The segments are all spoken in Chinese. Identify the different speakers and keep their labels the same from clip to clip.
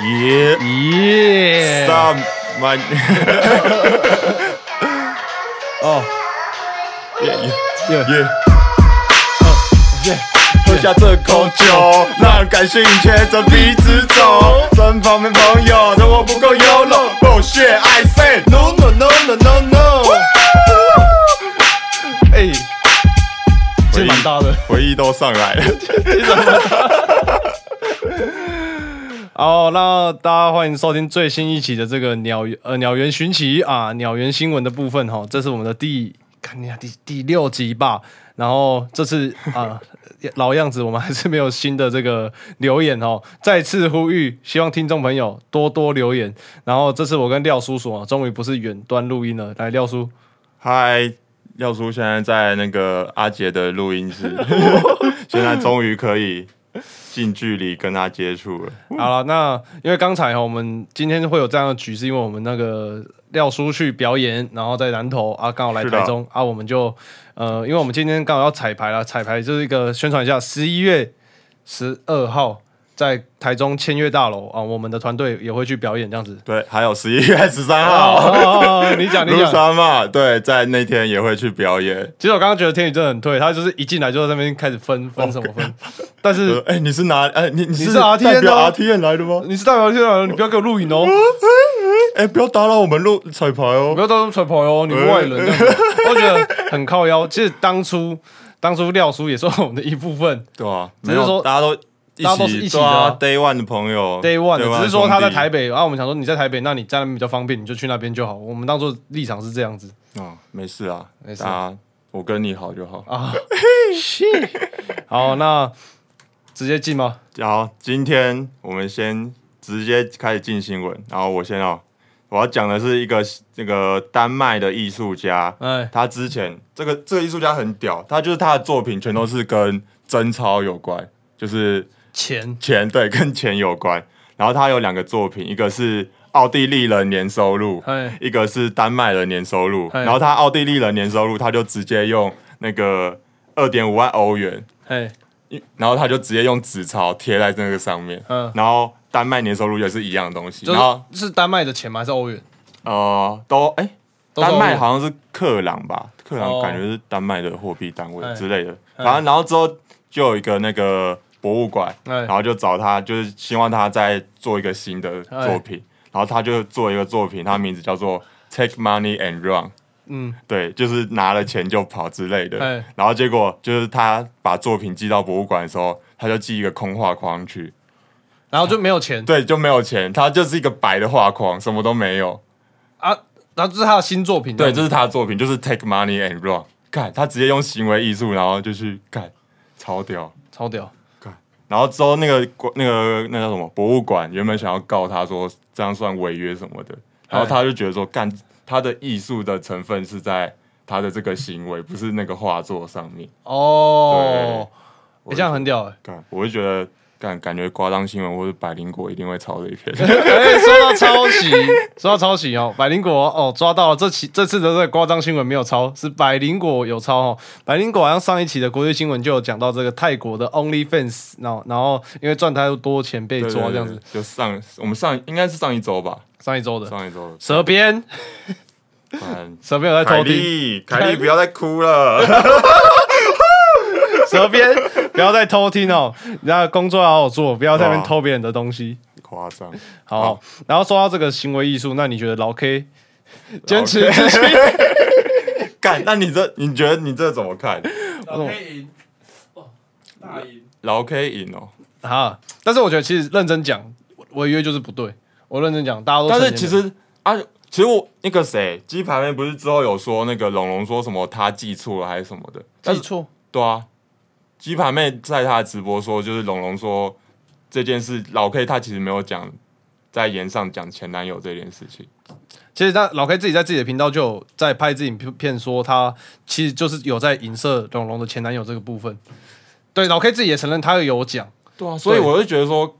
Speaker 1: 耶
Speaker 2: 耶！
Speaker 1: 三 万，
Speaker 2: 哦
Speaker 1: 耶耶
Speaker 2: 耶
Speaker 1: 耶！
Speaker 2: 耶！
Speaker 1: 喝下这口酒，让感性牵着鼻子走。身旁没朋友，让我不够优柔。Bullshit I say no no no no no no。
Speaker 2: 哎，这蛮大的。
Speaker 1: 回忆都上来了。
Speaker 2: 好，那大家欢迎收听最新一期的这个鸟呃鸟园寻奇啊鸟园新闻的部分哈，这是我们的第看一下第第六集吧。然后这次啊 老样子，我们还是没有新的这个留言哦。再次呼吁，希望听众朋友多多留言。然后这次我跟廖叔叔啊，终于不是远端录音了，来廖叔，
Speaker 1: 嗨，耀叔现在在那个阿杰的录音 室，现在终于可以近距离跟他接触了。
Speaker 2: 好了，那因为刚才哈，我们今天会有这样的局，是因为我们那个廖叔去表演，然后在南投啊，刚好来
Speaker 1: 是的
Speaker 2: 台中啊，我们就呃，因为我们今天刚好要彩排了，彩排就是一个宣传一下，十一月十二号在台中千悦大楼啊，我们的团队也会去表演这样子。
Speaker 1: 对，还有十一月十三号，
Speaker 2: 哦，你讲你
Speaker 1: 路
Speaker 2: 讲，
Speaker 1: 三嘛，对，在那天也会去表演。
Speaker 2: 其实我刚刚觉得天宇真的很退，他就是一进来就在那边开始分分什么分，但
Speaker 1: 呃
Speaker 2: 是
Speaker 1: 哎、你是哪？哎、你你
Speaker 2: 你
Speaker 1: 是
Speaker 2: 是 RTN
Speaker 1: 代表
Speaker 2: 啊
Speaker 1: RTN 来的吗？
Speaker 2: 你是代表天宇，你不要给我录影哦。
Speaker 1: 哎、不要打扰我们录彩排
Speaker 2: 不
Speaker 1: 哦。
Speaker 2: 要到处吹捧哦，你外人这样子，我觉得很靠腰。其实当初当初廖叔也是我们的一部分
Speaker 1: 对啊，
Speaker 2: 只
Speaker 1: 没
Speaker 2: 是
Speaker 1: 有，
Speaker 2: 说
Speaker 1: 大家都一起，
Speaker 2: 大家都是一起
Speaker 1: 对
Speaker 2: 的啊
Speaker 1: 啊，Day One 的朋友
Speaker 2: ，Day One，的只是说他在台
Speaker 1: 北。
Speaker 2: 北，然后我们想说你在台北，那你在那边比较方便，你就去那边就好。我们当做立场是这样子
Speaker 1: 哦，没事啊，
Speaker 2: 没事
Speaker 1: 啊，我跟你好就好。
Speaker 2: 啊。是，好，那直接进吗？
Speaker 1: 好，今天我们先直接开始进新闻。然后我先哦，我要讲的是一个那个丹麦的艺术家，
Speaker 2: 哎，
Speaker 1: 他之前这个这个艺术家很屌，他就是他的作品全都是跟贞操有关，就是
Speaker 2: 钱
Speaker 1: 钱对跟钱有关。然后他有两个作品，一个是奥地利人年收入，
Speaker 2: 哎
Speaker 1: 一个是丹麦人年收入。
Speaker 2: 哎
Speaker 1: 然后他奥地利人年收入，他就直接用那个二点五万欧元，
Speaker 2: 哎
Speaker 1: 一然后他就直接用纸钞贴在那个上面，
Speaker 2: 嗯
Speaker 1: 然后丹麦年收入也是一样的东西，
Speaker 2: 就
Speaker 1: 然后
Speaker 2: 是是丹麦的钱吗？还是欧元？
Speaker 1: 呃都哎、
Speaker 2: 都是
Speaker 1: 丹
Speaker 2: 欧
Speaker 1: 麦
Speaker 2: 元
Speaker 1: 好像是克朗吧，克朗
Speaker 2: 哦
Speaker 1: 感觉是丹麦的货币单
Speaker 2: 哎
Speaker 1: 位之类的，反正然后之后就有一个那个博物馆，
Speaker 2: 哎
Speaker 1: 然后就找他，就是希望他再做一个新的作品，
Speaker 2: 哎
Speaker 1: 然后他就做一个作品，他名字叫做 Take Money and Run。
Speaker 2: 嗯，
Speaker 1: 对，就是拿了钱就跑之类的
Speaker 2: 哎。
Speaker 1: 然后结果就是他把作品寄到博物馆的时候，他就寄一个空画框去，
Speaker 2: 然后就没有钱
Speaker 1: 对，就没有钱，他就是一个白的画框，什么都没有。
Speaker 2: 啊，然后这是他的新作品。
Speaker 1: 对，这是他的作品，就是 Take Money and Run。看，他直接用行为艺术，然后就去干，超屌。
Speaker 2: 超屌。
Speaker 1: 然后之后那个那个那叫什么博物馆，原本想要告他说这样算违约什么的，然后他就觉得说干他的艺术的成分是在他的这个行为，不是那个画作上面。
Speaker 2: 哦，你这样很屌哎。
Speaker 1: 干，我就觉得干感觉夸张新闻或者百灵果一定会抄这一篇。
Speaker 2: 哎，说到抄袭， 说到抄袭哦，百灵果哦抓到了，这期这次的这个夸张新闻没有抄，是百灵果有抄哦。百灵果好像上一期的国际新闻就有讲到这个泰国的 OnlyFans，然后然后因为赚太多钱 被
Speaker 1: 对
Speaker 2: 抓这样子，，
Speaker 1: 对对就上我们上应该是上一周吧，
Speaker 2: 上一周的
Speaker 1: 上一 周。
Speaker 2: 蛇鞭，
Speaker 1: 干
Speaker 2: 蛇鞭有在偷听，
Speaker 1: 莉，凯莉不要再哭 了。
Speaker 2: 蛇鞭不要再偷听哦，然后工作要好好做，不要在那边偷别人的东西。
Speaker 1: 夸张，
Speaker 2: 好，然后说到这个行为艺术，那你觉得老 K 坚持
Speaker 1: K
Speaker 2: 自己？
Speaker 1: 干，那你这你觉得你这怎么看？
Speaker 3: 老 K 赢，哦，大赢，
Speaker 1: 老 K 赢哦，
Speaker 2: 啊，但是我觉得其实认真讲，违约就是不对。我认真讲，大家都
Speaker 1: 但是
Speaker 2: 成年人
Speaker 1: 其实啊，其实我那个谁，鸡排妹不是之后有说那个龙龙说什么他记错了还是什么的，但
Speaker 2: 记
Speaker 1: 是
Speaker 2: 错，
Speaker 1: 对啊，鸡排妹在她的直播说，就是龙龙说这件事，老 K 他其实没有讲在言上讲前男友这件事情，
Speaker 2: 其实他老 K 自己在自己的频道就有在拍自己影片，说他其实就是有在影射龙龙的前男友这个部分。对，老 K 自己也承认他有讲，
Speaker 1: 对啊，所以我就觉得说。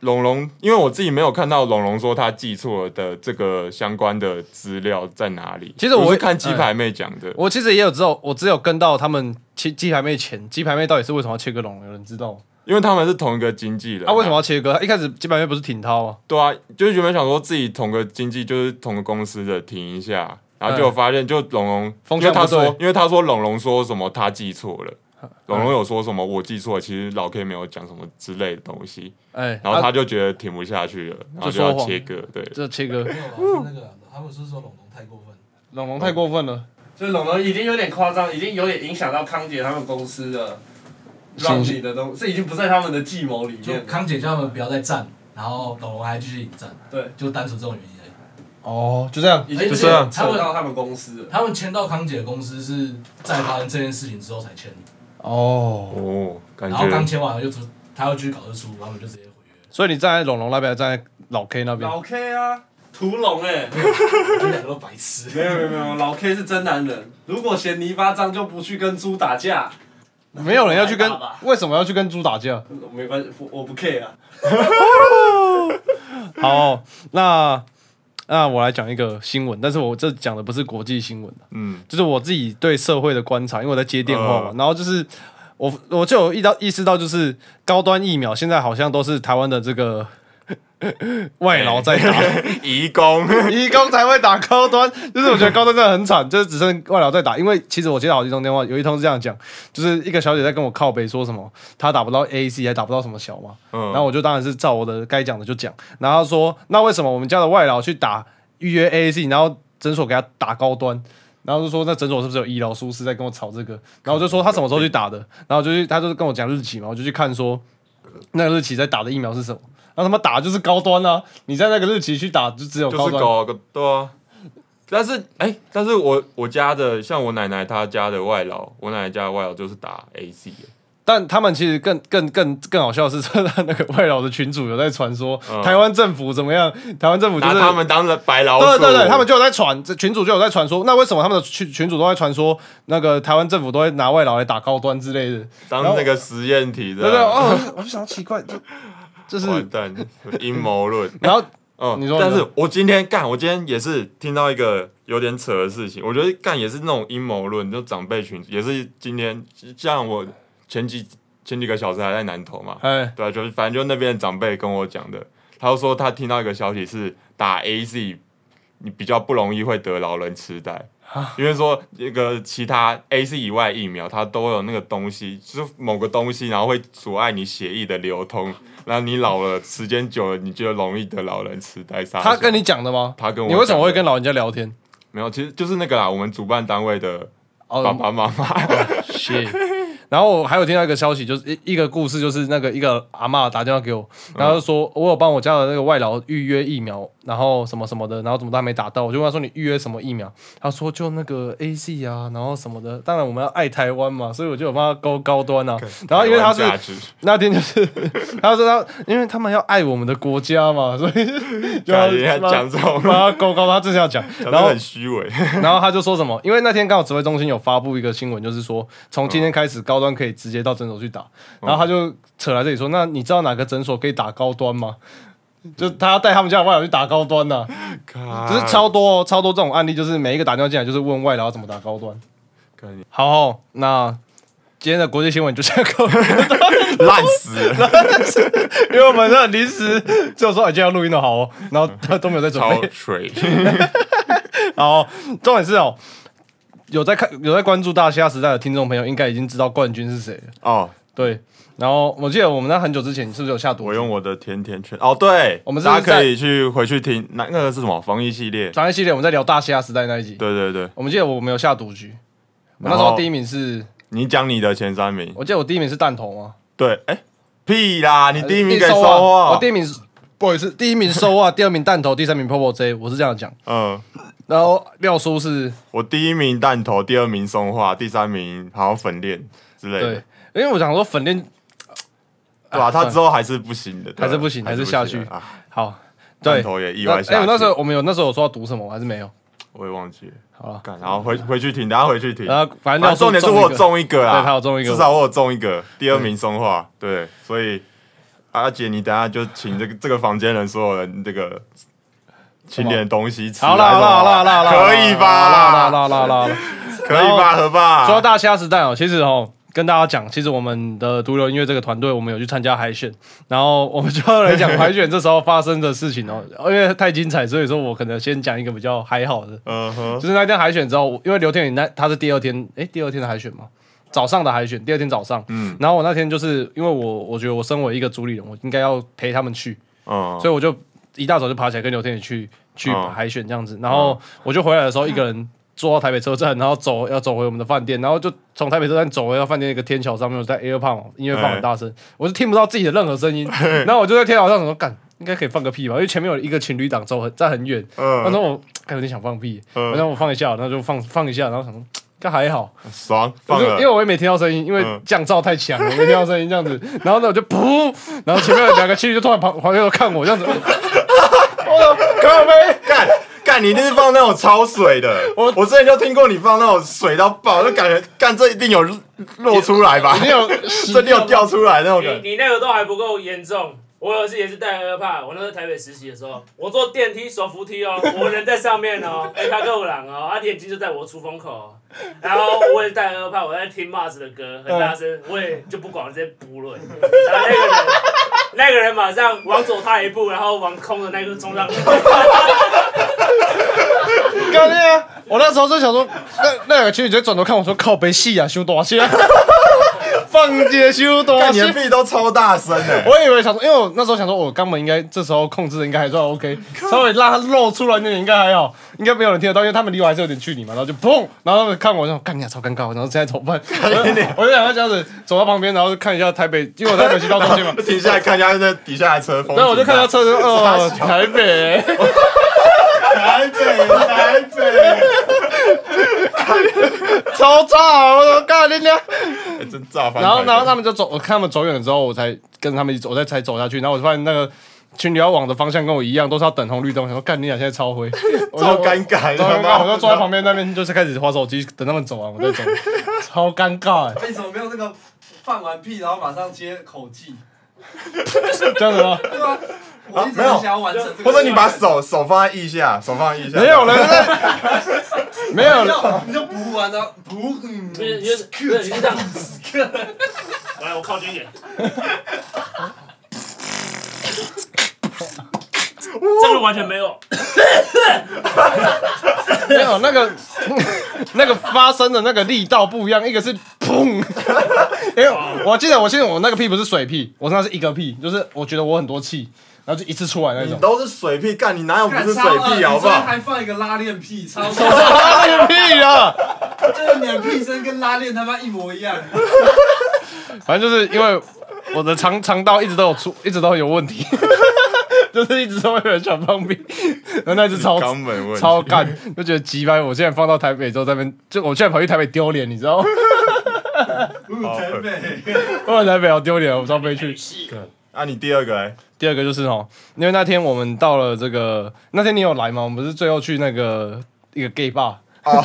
Speaker 1: 龙龙，因为我自己没有看到龙龙说他记错了的这个相关的资料在哪里。
Speaker 2: 其实我嗯
Speaker 1: 是看鸡排妹讲的，
Speaker 2: 我其实也有知道，我只有跟到他们鸡鸡排妹前，鸡排妹到底是为什么要切割龙龙，有人知道吗？
Speaker 1: 因为他们是同一个经纪人
Speaker 2: 啊，为什么要切割？一开始基本上不是挺涛啊，
Speaker 1: 对啊，就是原本想说自己同个经纪，就是同个公司的停一下，然后结果发现就龙龙，
Speaker 2: 嗯风
Speaker 1: 因为
Speaker 2: 向
Speaker 1: 他
Speaker 2: 不对
Speaker 1: 说，因为他说龙龙说什么他记错了，龙龙有说什么我记错了，其实老 K 没有讲什么之类的东西，
Speaker 2: 哎，
Speaker 1: 然后
Speaker 2: 啊
Speaker 1: 他就觉得挺不下去了，然后
Speaker 2: 就
Speaker 1: 就要
Speaker 2: 说谎
Speaker 1: 切割，对，
Speaker 2: 这切割，
Speaker 4: 没有啦，是那个啦他们是说龙龙太过分，
Speaker 2: 龙龙太过分了，
Speaker 3: 就是龙龙已经有点夸张，已经有点影响到康姐他们公司的让你的东这已经不在他们的计谋里面
Speaker 4: 就
Speaker 3: 了。
Speaker 4: 康姐叫他们不要再战，然后龙龙还继续引战，
Speaker 1: 哎
Speaker 3: 对，
Speaker 4: 就单纯这种原因而已。
Speaker 2: 哦，就这样，
Speaker 3: 已
Speaker 4: 哎
Speaker 3: 经
Speaker 4: 就
Speaker 1: 这样
Speaker 3: 扯到他们公司了。
Speaker 4: 他们签到康姐的公司是在发生这件事情之后才签，
Speaker 2: 哦，
Speaker 1: 哦，感
Speaker 4: 然后刚
Speaker 1: 觉
Speaker 4: 签完了就直他要继续搞日出，然后我们就直接毁约。
Speaker 2: 所以你站在龙龙那边，还站在老 K 那边，
Speaker 3: 老 K 啊，屠龙 哎，
Speaker 4: 这两个都白痴。
Speaker 3: 没有没有没有，老 K 是真男人。如果嫌泥巴脏，就不去跟猪打架。
Speaker 2: 没有人要去跟
Speaker 3: 太大吧，
Speaker 2: 为什么要去跟猪打架？
Speaker 3: 没关系，我我不 care 啊。
Speaker 2: 好，那那我来讲一个新闻，但是我这讲的不是国际新闻，啊
Speaker 1: 嗯，
Speaker 2: 就是我自己对社会的观察，因为我在接电话嘛，
Speaker 1: 嗯
Speaker 2: 然后就是我我就有意到意识到，就是高端疫苗现在好像都是台湾的这个 外劳在打，
Speaker 1: 移 工
Speaker 2: 移工才会打高端，就是我觉得高端真的很惨，就是只剩外劳在打。因为其实我接到好几通电话，有一通是这样讲，就是一个小姐在跟我靠北说什么，她打不到 A C 还打不到什么小嘛，
Speaker 1: 嗯
Speaker 2: 然后我就当然是照我的该讲的就讲，然后她说那为什么我们家的外劳去打预约 A C，然后诊所给她打高端？然后就说那诊所是不是有医疗疏失在跟我吵这个？然后我就说他什么时候去打的？然后就去他就是跟我讲日期嘛，我就去看说那个日期在打的疫苗是什么。然后他们打的就是高端啊！你在那个日期去打就只有
Speaker 1: 就
Speaker 2: 高
Speaker 1: 是
Speaker 2: 端，
Speaker 1: 搞个对啊。但是，哎、但是我我家的，像我奶奶她家的外劳，我奶奶家的外劳就是打啊 AC，的
Speaker 2: 但他们其实更更更更好笑的是， 那个外劳的群主有在传说、
Speaker 1: 嗯
Speaker 2: 台湾政府怎么样，台湾政府就
Speaker 1: 拿
Speaker 2: 是
Speaker 1: 他们当了白老鼠，
Speaker 2: 对对对，他们就有在传，这群主就有在传说，那为什么他们的群群主都在传说那个台湾政府都会拿外劳来打高端之类的？
Speaker 1: 当那个实验体的，
Speaker 2: 对对哦， 我就想到奇怪，就就是，
Speaker 1: 完蛋，阴谋 论。
Speaker 2: 然后
Speaker 1: 哦，
Speaker 2: 你说
Speaker 1: 但
Speaker 2: 你
Speaker 1: 是
Speaker 2: 说
Speaker 1: 我今天干，我今天也是听到一个有点扯的事情，我觉得干也是那种阴谋论，就长辈群也是今天，像我前几前几个小时还在南投嘛，
Speaker 2: 哎，
Speaker 1: 对啊，就是反正就那边的长辈跟我讲的，他就说他听到一个消息是打 A Z，你比较不容易会得老人痴呆，
Speaker 2: 啊
Speaker 1: 因为说那个其他 A Z 以外疫苗，它都有那个东西，就是某个东西，然后会阻碍你血液的流通，然后你老了时间久了，你就容易得老人痴呆。啥
Speaker 2: 他
Speaker 1: 小
Speaker 2: 跟你讲的吗？
Speaker 1: 他跟我
Speaker 2: 你为什么会
Speaker 1: 讲的
Speaker 2: 跟老人家聊天？
Speaker 1: 没有，其实就是那个啦，我们主办单位的
Speaker 2: 哦
Speaker 1: 爸爸妈妈，
Speaker 2: 是，然后我还有听到一个消息，就是一一个故事，就是那个一个阿嬷打电话给我，
Speaker 1: 嗯
Speaker 2: 然后就说我有帮我家的那个外劳预约疫苗，然后什么什么的，然后怎么都还没打到，我就问他说你预约什么疫苗？他说就那 个 A Z 啊，然后什么的。当然我们要爱台湾嘛，所以我就有帮他勾高 端啊。然后因为他是
Speaker 1: 台湾价值
Speaker 2: 那天就是他说他，因为他们要爱我们的国家嘛，所以就要
Speaker 1: 感觉他讲这种
Speaker 2: 帮他勾高，他正是要讲，
Speaker 1: 讲
Speaker 2: 然
Speaker 1: 得
Speaker 2: 后
Speaker 1: 很虚伪，
Speaker 2: 然后他就说什么，因为那天刚好指挥中心有发布一个新闻，就是说从今天开始高端可以直接到诊所去打。然后他就扯来这里说，那你知道哪个诊所可以打高端吗？就他要带他们家的外劳去打高端呐、 就
Speaker 1: 就是
Speaker 2: 超多、哦、超多这种案例，就是每一个打电话进来就是问外劳要怎么打高端。好、哦，那今天的国际新闻就这样够了，
Speaker 1: 烂死 了。
Speaker 2: 因为我们是很临时就说哎今天要录音的好哦，然后他 都没有在准备
Speaker 1: 超。水，
Speaker 2: 好，重点是哦，有在看有在关注大虾时代的听众朋友，应该已经知道冠军是谁了。
Speaker 1: 哦，
Speaker 2: 对，然后我记得我们在很久之前是不是有下赌？
Speaker 1: 我用我的甜甜圈哦，对，
Speaker 2: 我们是不
Speaker 1: 大
Speaker 2: 是
Speaker 1: 家可以去回去听那那个是什么防疫系列？
Speaker 2: 上一系列我们在聊大虾时代那一集，
Speaker 1: 对对对，
Speaker 2: 我们记得我们有下赌局，我那
Speaker 1: 然
Speaker 2: 时
Speaker 1: 后
Speaker 2: 候第一名是，
Speaker 1: 你讲你的前三名，
Speaker 2: 我记得我第一名是蛋头吗？
Speaker 1: 对，哎，屁啦，你第一名给
Speaker 2: 收
Speaker 1: 收
Speaker 2: 啊，我
Speaker 1: 啊
Speaker 2: 第，一名是。不好意思，第一名是收啊，第二名蛋头，第三名 Popo J，我是这样讲。
Speaker 1: 嗯，
Speaker 2: 然后廖叔是
Speaker 1: 我第一名弹头，第二名松化，第三名好像粉链之类
Speaker 2: 对
Speaker 1: 的，，
Speaker 2: 因为我想说粉链
Speaker 1: 对吧？
Speaker 2: 算
Speaker 1: 他
Speaker 2: 了
Speaker 1: 之后还是不行的，对
Speaker 2: 还是不行还是下去
Speaker 1: 啊，
Speaker 2: 好，对
Speaker 1: 弹，头也意外
Speaker 2: 那哎、
Speaker 1: 下
Speaker 2: 我
Speaker 1: 去，
Speaker 2: 那时候我们有那时候有说要赌什么吗，还是没有？
Speaker 1: 我也忘记了，
Speaker 2: 好了，
Speaker 1: 干然后回回去听，大家回去听。
Speaker 2: 然后
Speaker 1: 反
Speaker 2: 反正廖
Speaker 1: 正
Speaker 2: 叔
Speaker 1: 重点是我
Speaker 2: 一
Speaker 1: 有
Speaker 2: 个
Speaker 1: 中一个啦，
Speaker 2: 对他有中一个
Speaker 1: 至少我有中一个，第二名松化，对，所以阿姐，你等下就请这个这个房间人所有人这个请点东西吃，
Speaker 2: 好啦好啦好啦好啦好啦，
Speaker 1: 可以吧
Speaker 2: 好啦好啦好啦好啦好啦。
Speaker 1: 可以吧，何
Speaker 2: 说到
Speaker 1: 爸？
Speaker 2: 大虾时代哦，其实哦，跟大家讲，其实我们的毒瘤音乐这个团队，我们有去参加海选，然后我们就要来讲海选这时候发生的事情哦， 因为太精彩，所以说我可能先讲一个比较还好的，
Speaker 1: 嗯哼，
Speaker 2: 就是那天海选之后，我因为刘天宇那他是第二天，诶，第二天的海选嘛，早上的海选，第二天早上，嗯，然后我那天就是因为我我觉得我身为一个主理人，我应该要陪他们去，
Speaker 1: 嗯，
Speaker 2: 所以我就一大早就爬起来跟刘天宇去去
Speaker 1: 嗯
Speaker 2: 海选这样子，然后我就回来的时候一个人坐到台北车站，然后走要走回我们的饭店，然后就从台北车站走回到饭店一个天桥上面，我在 AirPod 嘛音乐放很大声，我就听不到自己的任何声音，然后我就在天桥上想说干。应该可以放个屁吧，因为前面有一个情侣档走很在很远，
Speaker 1: 嗯
Speaker 2: 然后我干有点想放屁，
Speaker 1: 嗯
Speaker 2: 然后我放一下，然后就放放一下，然后想说干还好，
Speaker 1: 爽，
Speaker 2: 我
Speaker 1: 放
Speaker 2: 就
Speaker 1: 了，
Speaker 2: 因为我也没听到声音，因为
Speaker 1: 嗯
Speaker 2: 降噪太强了，我没听到声音这样子。 然后呢，我就噗，然后前面有两个情侣就突然跑跑过来看我这样子，哦
Speaker 1: 干杯，干干，你一定是放那种超水的。我我之前就听过你放那种水到爆，就感觉干这一定有露出来吧，
Speaker 2: 没有
Speaker 1: 这一定有掉出来那种感觉。
Speaker 5: 你你那个都还不够严重。我有一次也是戴 AirPod，我那时候台北实习的时候，我坐电梯手扶梯哦，我人在上面哦，哎、他够狼哦，他眼睛就在我出风口哦、然后我也戴 AirPod，我在听 Mars 的歌，很大声，我也就不管，我直接扑了。然后那个人，那个人马上往左踏一步，然后往空的那个冲上去。
Speaker 2: 干那样。我那时候就想说，那那两个情侣直接转头看我说靠北戏啊，修多少啊， 放街修多少
Speaker 1: 干你的屁都超大声的，，
Speaker 2: 我以为想说，因为我那时候想说，我哦肛门应该这时候控制的应该还算 OK，稍微让它露出来一点应该还好，应该没有人听得到，因为他们离我还是有点距离嘛。然后就砰，然后他们看 我，想干你啊，超尴尬，然后现在怎么办？我我就想要这样子走到旁边，然后看一下台北，因为我在北西到中间嘛
Speaker 1: 停下来看一下那底下的车风景。
Speaker 2: 然后我就看到车子，哦，台北，
Speaker 1: 台北，台北，
Speaker 2: 超炸！我说干你娘！
Speaker 1: 真炸翻台北。
Speaker 2: 然后，然后他们就走，我看他们走远了之后，我才跟他们一起，我再才走下去。然后我就发现那个群聊网的方向跟我一样，都是要等红绿灯。我想说，干你俩现在超灰，我就
Speaker 1: 超尴 尬，
Speaker 2: 超
Speaker 1: 他
Speaker 2: 尴
Speaker 1: 妈
Speaker 2: 尬，我就坐在旁边那边，就是开始划手机，等他们走完我再 走，超尴尬、欸，
Speaker 3: 为什么没有那个放完屁然后马上接口技？
Speaker 2: 这样子吗？
Speaker 3: 对啊，我一直
Speaker 1: 没有
Speaker 3: 很想要完成这个。
Speaker 1: 或者你把手手放在腋下，手放在腋下。
Speaker 2: 没有人在， 没有
Speaker 3: 你
Speaker 2: 人，
Speaker 3: 就你就不完了，不嗯，
Speaker 5: 不是，你就是不是你是这样。 来，我靠近一点。这个完全没有。
Speaker 2: 没有那个 那个发声的那个力道不一样，一个是砰， 因为我记得我记得我那个屁不是水屁，我那是一个屁，就是我觉得我很多气，然后就一次出来那
Speaker 1: 你
Speaker 2: 种。
Speaker 1: 都是水屁，干你哪有不
Speaker 3: 干
Speaker 1: 是水
Speaker 3: 超恶
Speaker 1: 屁，好
Speaker 3: 你昨
Speaker 1: 不
Speaker 3: 天
Speaker 1: 好？
Speaker 3: 还放一个拉链屁，超恶
Speaker 2: 放屁啊！
Speaker 3: 就是你的屁声跟拉链他妈一模一样。
Speaker 2: 反正就是因为我的肠肠道一直都有出， 一直都有问题，就是一直都会有人想放屁，然后那只超
Speaker 1: 肛门问题
Speaker 2: 超干，就觉得鸡掰。我现在放到台北之后，在那边就我现在跑去台北丢脸，你知道吗？
Speaker 3: 嗯，台北，
Speaker 4: 哦
Speaker 2: 我往台北好丢脸，我上飞去。
Speaker 1: 啊，你第二个哎，
Speaker 2: 第二个就是哦，因为那天我们到了这个，那天你有来吗？我们不是最后去那个一个 gay bar。
Speaker 1: 哦，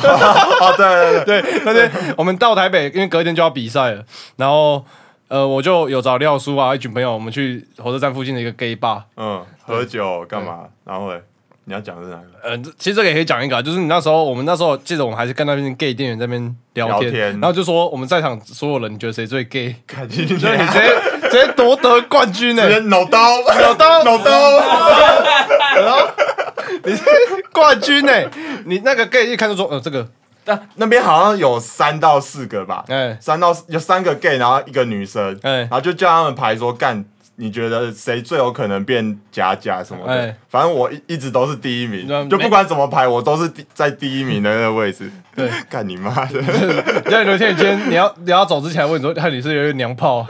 Speaker 1: 对对对，
Speaker 2: 对，那天我们到台北，因为隔天就要比赛了，然后呃，我就有找廖叔啊一群朋友，我们去火车站附近的一个 gay bar。
Speaker 1: 嗯，喝酒干嘛？然后嘞，你要讲的是哪个？
Speaker 2: 呃，这其实这个也可以讲一个、啊，就是你那时候，我们那时候记得我们还是跟那边 gay 店员在那边聊
Speaker 1: 聊天
Speaker 2: 然后就说我们在场所有人，你觉得谁最 gay？
Speaker 1: 感觉你直
Speaker 2: 就你直接直接夺得冠军呢、
Speaker 1: 直接脑刀，
Speaker 2: 脑刀
Speaker 1: 脑刀，
Speaker 2: 你是冠军呢、你那个 gay 一看就说，呃，这个，
Speaker 1: 那边好像有三到四个吧，
Speaker 2: 哎
Speaker 1: 三到四有三个 gay，然后一个女生，
Speaker 2: 哎
Speaker 1: 然后就叫他们排说干。你觉得谁最有可能变假假什么的？
Speaker 2: 哎
Speaker 1: 反正我一一直都是第一名
Speaker 2: 那，
Speaker 1: 就
Speaker 2: 没
Speaker 1: 不管怎么排，我都是第在第一名的那个位置。
Speaker 2: 对，
Speaker 1: 干你妈的！
Speaker 2: 然后刘天宇今天你要你要走之前还问你说，看你是有点娘炮，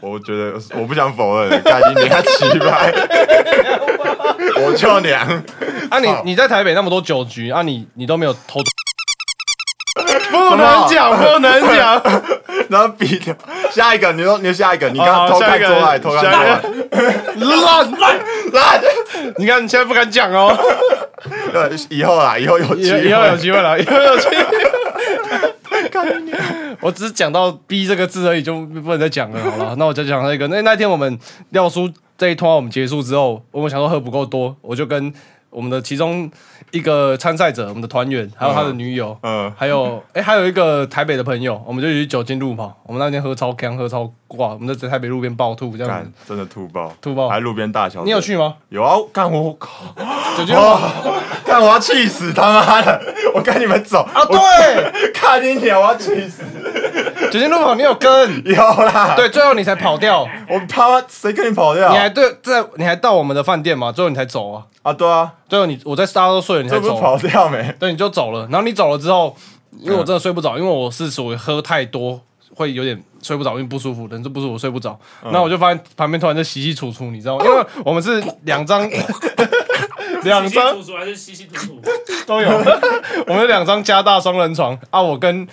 Speaker 1: 我觉得我不想否认，干你娘鸡掰， 我就娘。
Speaker 2: 啊你你在台北那么多酒局啊你你都没有 偷，
Speaker 1: 不
Speaker 2: 不能，讲不能 讲，
Speaker 1: 然后比下一个，你说你下一个，你刚刚
Speaker 2: 好
Speaker 1: 偷看
Speaker 2: 哦下一个
Speaker 1: 桌来，偷看桌啊
Speaker 2: 下
Speaker 1: 来
Speaker 2: 一，烂烂，
Speaker 1: 来，
Speaker 2: 你看你现在不敢讲哦。
Speaker 1: 对，以后啦，以后有
Speaker 2: 以
Speaker 1: 机
Speaker 2: 后以后有
Speaker 1: 会，
Speaker 2: 机会 了，以后有机会。我只是讲到“逼”这个字而已，就不能再讲了，好了。那我就讲那个，那那天我们廖叔这一通话我们结束之后，我们想说喝不够多，我就跟我们的其中一个参赛者，我们的团员，还有他的女友，
Speaker 1: 嗯，
Speaker 2: 还有哎、还有一个台北的朋友，我们就去酒精路跑，我们那天喝超干，喝超挂，我们在台北路边暴吐这样子
Speaker 1: 干，真的吐爆，
Speaker 2: 嗯吐爆
Speaker 1: 还路边大小，
Speaker 2: 你有？去吗？
Speaker 1: 有啊，干我靠，
Speaker 2: 酒精路跑
Speaker 1: 干我要气死他妈的！我跟你们走，
Speaker 2: 啊，对，
Speaker 1: 我看你鸟，我要气死！
Speaker 2: 酒精路跑你有 跟，
Speaker 1: 有啦，
Speaker 2: 对，最后你才跑掉，
Speaker 1: 我怕谁跟你跑掉？
Speaker 2: 你还对在你还到我们的饭店嘛，最后你才走啊，
Speaker 1: 啊，对啊，
Speaker 2: 最后你我在沙都睡了，你才
Speaker 1: 这不是
Speaker 2: 走
Speaker 1: 跑
Speaker 2: 啊，
Speaker 1: 掉没？
Speaker 2: 对，你就走了，然后你走了之后，因为我真的睡不着，因为我是属于喝太多会有点睡不着，因为不舒服，人就不舒服睡不着，然后我就发现旁边突然就稀稀楚楚，你知道吗？因为我们是两 张两
Speaker 5: 稀稀
Speaker 2: 张
Speaker 5: 楚楚还是稀稀楚楚？
Speaker 2: 都有， 我们有两张加大双人床啊，我跟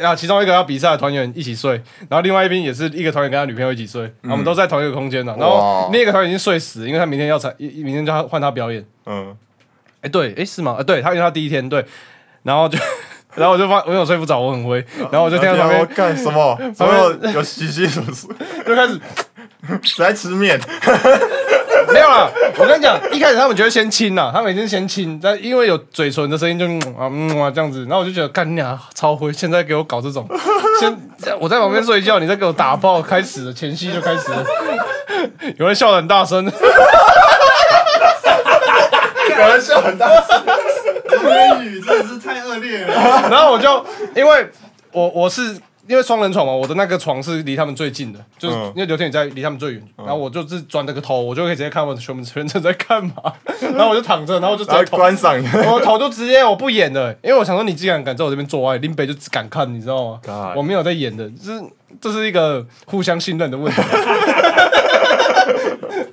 Speaker 2: 啊其中一个要比赛的团员一起睡，然后另外一边也是一个团员跟他女朋友一起睡，啊然后我们都在同一个空间呢。啊然后
Speaker 1: 哇
Speaker 2: 另一个团员已经睡死，因为他明天要才，明天就要换他表演。
Speaker 1: 嗯，
Speaker 2: 哎、对，哎、是吗？啊，对他因为他第一天对，然后就 然后我就发我有睡不着，我很灰，哦然后我就听到 旁
Speaker 1: 啊我
Speaker 2: 边
Speaker 1: 干什么？怎么有有稀稀疏疏？
Speaker 2: 就开始
Speaker 1: 谁在吃 面？
Speaker 2: 没有啦，我跟你讲，一开始他们觉得先亲啊啦，他们已经先亲，但因为有嘴唇的声音就嗯啊嗯啊这样子，然后我就觉得干你俩超灰，现在给我搞这种，先我在旁边睡觉，你再给我打爆，开始了，前戏就开始了，有人笑得很大声，
Speaker 1: 有人笑很大声，
Speaker 4: 英语真的是太恶劣了。
Speaker 2: 然后我就因为我我是。因为双人床嘛，我的那个床是离他们最近的，就是
Speaker 1: 嗯
Speaker 2: 因为刘天宇在离他们最远，然后我就是转这个头，我就可以直接看我的全部全程在干嘛，然后我就躺着，然后我就直接
Speaker 1: 来
Speaker 2: 头
Speaker 1: 观赏你。
Speaker 2: 我头就直接我不演了、因为我想说你既然敢在我这边做爱，林北就只敢看，你知道吗
Speaker 1: God
Speaker 2: 我没有在演的，就是这是一个互相信任的问题，对不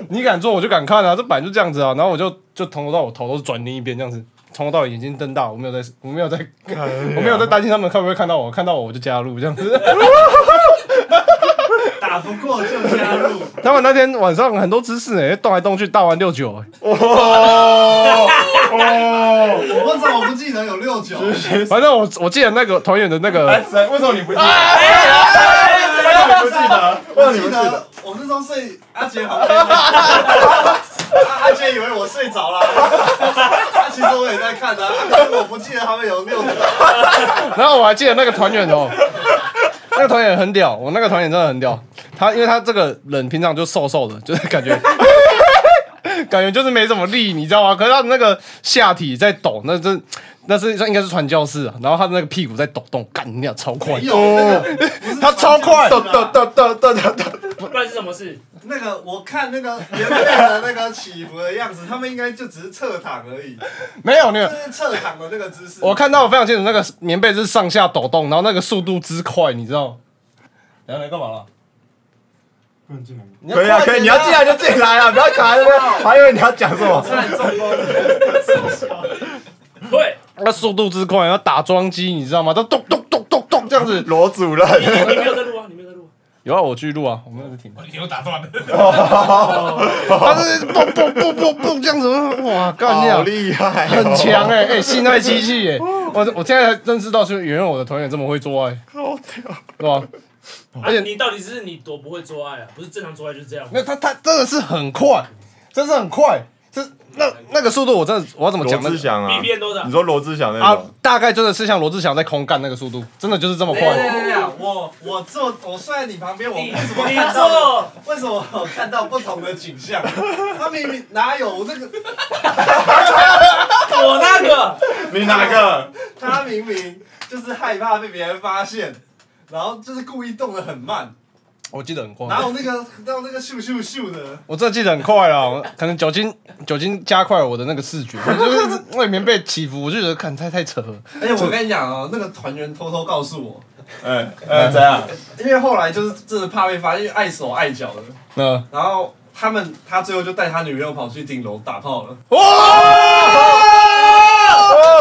Speaker 2: 对？你敢做我就敢看啊，这本来就这样子啊。然后我就就从头到我头都是转另一边这样子，从头到尾眼睛瞪大，我没有在，我没有在，我没有在担心他们看不会看到我，看到我我就加入这样子。
Speaker 4: 打不过就加入，
Speaker 2: 他们那天晚上很多姿势哎、动来动去，大完六九、欸
Speaker 1: 哦 哦，
Speaker 4: 我怎么不记得有六九？
Speaker 2: 反正我我记得那个团员的那个
Speaker 1: 哎，谁？为什么你不记得？为什么你不记得？为什么
Speaker 4: 我
Speaker 1: 你不
Speaker 4: 记
Speaker 1: 记得？
Speaker 4: 得我那时候睡阿杰旁边，阿 阿杰以为我睡着了， 他其实我也在看的，啊可是我不记得他们有六个。
Speaker 2: 然后我还记得那个团员哦， 那个团员很屌，我那个团员真的很屌。他因为他这个人平常就瘦瘦的，就是感觉 感觉就是没什么力，你知道吗？可是他的那个下体在抖，那真那是应该是传教士啊。然后他的那个屁股在抖动，干你俩超快，
Speaker 4: 有那个不
Speaker 1: 哦
Speaker 4: 是
Speaker 2: 他超快
Speaker 4: 传
Speaker 1: 哒
Speaker 4: 教士啊
Speaker 1: 哒哒哒哒哒 哒！
Speaker 5: 不然是什么事？
Speaker 4: 那个我看那个 原配的那个起伏的样子，他们应该就只是侧躺而已，就
Speaker 2: 没有那个。
Speaker 4: 是侧躺的那个姿势。
Speaker 2: 我看到我非常清楚，那个棉被是上下抖动，然后那个速度之快，你知道？然后来干嘛了？
Speaker 1: 可以啊，可以，你要进来就进来 啊，不要卡在那
Speaker 2: 哦
Speaker 1: 边，还以为你要讲什么。
Speaker 4: 看中风，
Speaker 5: 对，
Speaker 2: 那速度之快，然后打桩机，你知道吗？都咚咚咚咚咚这样子。
Speaker 1: 罗主任，
Speaker 5: 你没有在录啊，你没有在录啊。
Speaker 2: 有啊，我去录啊，我没有在听。
Speaker 6: 你又打断了。
Speaker 2: 哦 他是嘣嘣嘣嘣嘣这样子，哇，干
Speaker 1: 好
Speaker 2: 你啊！
Speaker 1: 厉害哦，
Speaker 2: 很强哎、欸、哎、性爱机器哎、我我现在才认识到，是原来我的团员这么会做爱，
Speaker 1: 好屌！
Speaker 2: 对吧？而
Speaker 5: 啊
Speaker 2: 且
Speaker 5: 你到底是你多不会做爱啊？不是正常做爱就是这样。
Speaker 2: 没有他他真的是很快，真是很快，这那那个速度我真的我要怎么
Speaker 1: 罗
Speaker 2: 讲呢
Speaker 1: 志？祥啊
Speaker 5: 比，别人都的
Speaker 1: 你。说罗志祥那
Speaker 2: 啊
Speaker 1: 种，，
Speaker 2: 大概真的是像罗志祥在空干那个速度，真的就是这么
Speaker 4: 对对
Speaker 1: 哎
Speaker 2: 快。
Speaker 4: 对对，我我坐我睡在你旁边，我
Speaker 5: 你
Speaker 4: 为什么
Speaker 5: 你
Speaker 4: 看到你
Speaker 5: 做，
Speaker 4: 为什么我看到不同的景象？他明明哪有我这个？
Speaker 5: 我那个
Speaker 1: 你哪个？
Speaker 4: 他明明就是害怕被别人发现，然后就是故意动得很慢，
Speaker 2: 我记得很快，
Speaker 4: 然后那个到那个咻咻咻的，
Speaker 2: 我真的记得很快啦，我可能酒精酒精加快了我的那个视觉，我就是那棉被起伏，我就觉得看太太扯了。
Speaker 4: 而且我跟你讲哦，那个团员偷偷告诉我，哎
Speaker 1: 嗯嗯，怎样？
Speaker 4: 因为后来就是真的怕被发现，因为碍手碍脚的，
Speaker 2: 那
Speaker 4: 然后他们他最后就带他女朋友跑去顶楼打炮了，
Speaker 2: 哇！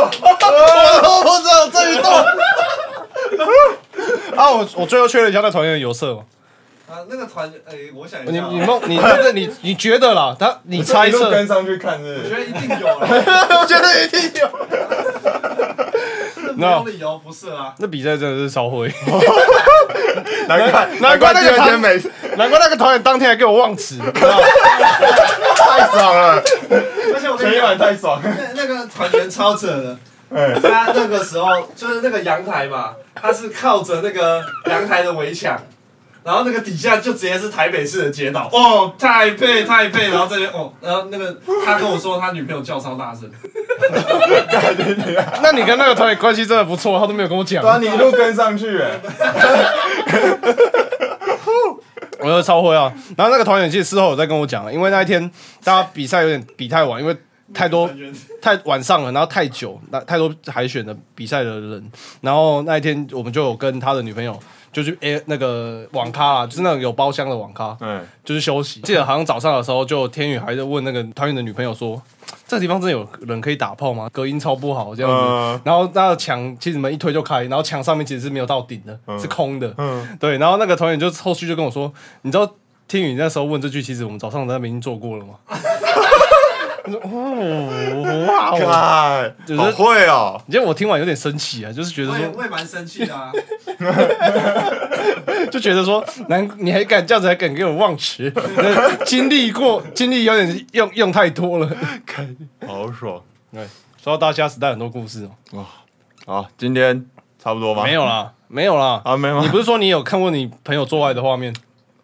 Speaker 2: 我操，这一动！啊，我我最后确认一下，那团员有色吗？
Speaker 4: 啊，那个团员，哎、我想一
Speaker 2: 你
Speaker 4: 下哦，
Speaker 2: 你梦你这你你觉得啦？他你猜测？
Speaker 1: 跟上去看
Speaker 4: 我
Speaker 1: 是
Speaker 4: 觉得一定有啊了，
Speaker 2: 我觉得一定有。
Speaker 4: 这没
Speaker 2: No
Speaker 4: 有理由不是啊，
Speaker 2: 那比赛真的是超灰，
Speaker 1: 难怪
Speaker 2: 难怪那
Speaker 1: 第
Speaker 2: 个
Speaker 1: 二
Speaker 2: 他
Speaker 1: 天没
Speaker 2: 难怪那个团员当天还给我忘词，你知道吗？
Speaker 1: 还太爽了，
Speaker 4: 而且我跟
Speaker 1: 前
Speaker 4: 你
Speaker 1: 一晚
Speaker 4: 讲，
Speaker 1: 太爽 了。
Speaker 4: 那那个团员超扯的，
Speaker 1: 哎，
Speaker 4: 他那个时候就是那个阳台嘛，他是靠着那个阳台的围墙，然后那个底下就直接是台北市的街道，哦，太配太配，然后这边哦，然后那个他跟我说他女朋友叫超大声，
Speaker 2: 那你跟那个团员关系真的不错，他都没有跟我讲
Speaker 1: 对。啊，你一路跟上去， 哎，
Speaker 2: 我就超会啊。然后那个团员其实事后有在跟我讲，因为那一天大家比赛有点比太晚，因为太多太晚上了，然后太久，那太多海选的比赛的人。然后那一天我们就有跟他的女朋友就去诶那个网咖啊，就是那种有包厢的网咖，
Speaker 1: 对，
Speaker 2: 就是休息。记得好像早上的时候，就天宇还在问那个团员的女朋友说：“这个地方真的有人可以打炮吗？隔音超不好这样子。
Speaker 1: 嗯
Speaker 2: 然后那个墙其实门一推就开，然后墙上面其实是没有到顶的，是空的。
Speaker 1: 嗯
Speaker 2: 对，然后那个团员就后续就跟我说：“你知道天宇那时候问这句，其实我们早上在那边已经做过了吗？”我说：“哦，哇哦！”
Speaker 1: 看，
Speaker 2: 就是
Speaker 1: 好会哦，
Speaker 2: 你知道我听完有点生气啊，就是觉得
Speaker 4: 我也
Speaker 2: 说，
Speaker 4: 我也蛮生气的啊，
Speaker 2: 就觉得说，难你还敢这样子，还敢给我忘词， 经历过，经历有点用用太多了。
Speaker 1: 好爽。
Speaker 2: 对，说到大虾时代很多故事哦、
Speaker 1: 好，今天差不多吗？
Speaker 2: 没有啦，没有啦。
Speaker 1: 啊，没有吗
Speaker 2: 你不是说你有看过你朋友做爱的画面？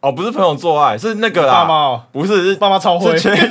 Speaker 1: 哦，不是朋友做爱，是那个啦，
Speaker 2: 爸妈哦、
Speaker 1: 不是是
Speaker 2: 爸妈超会
Speaker 1: 是， 前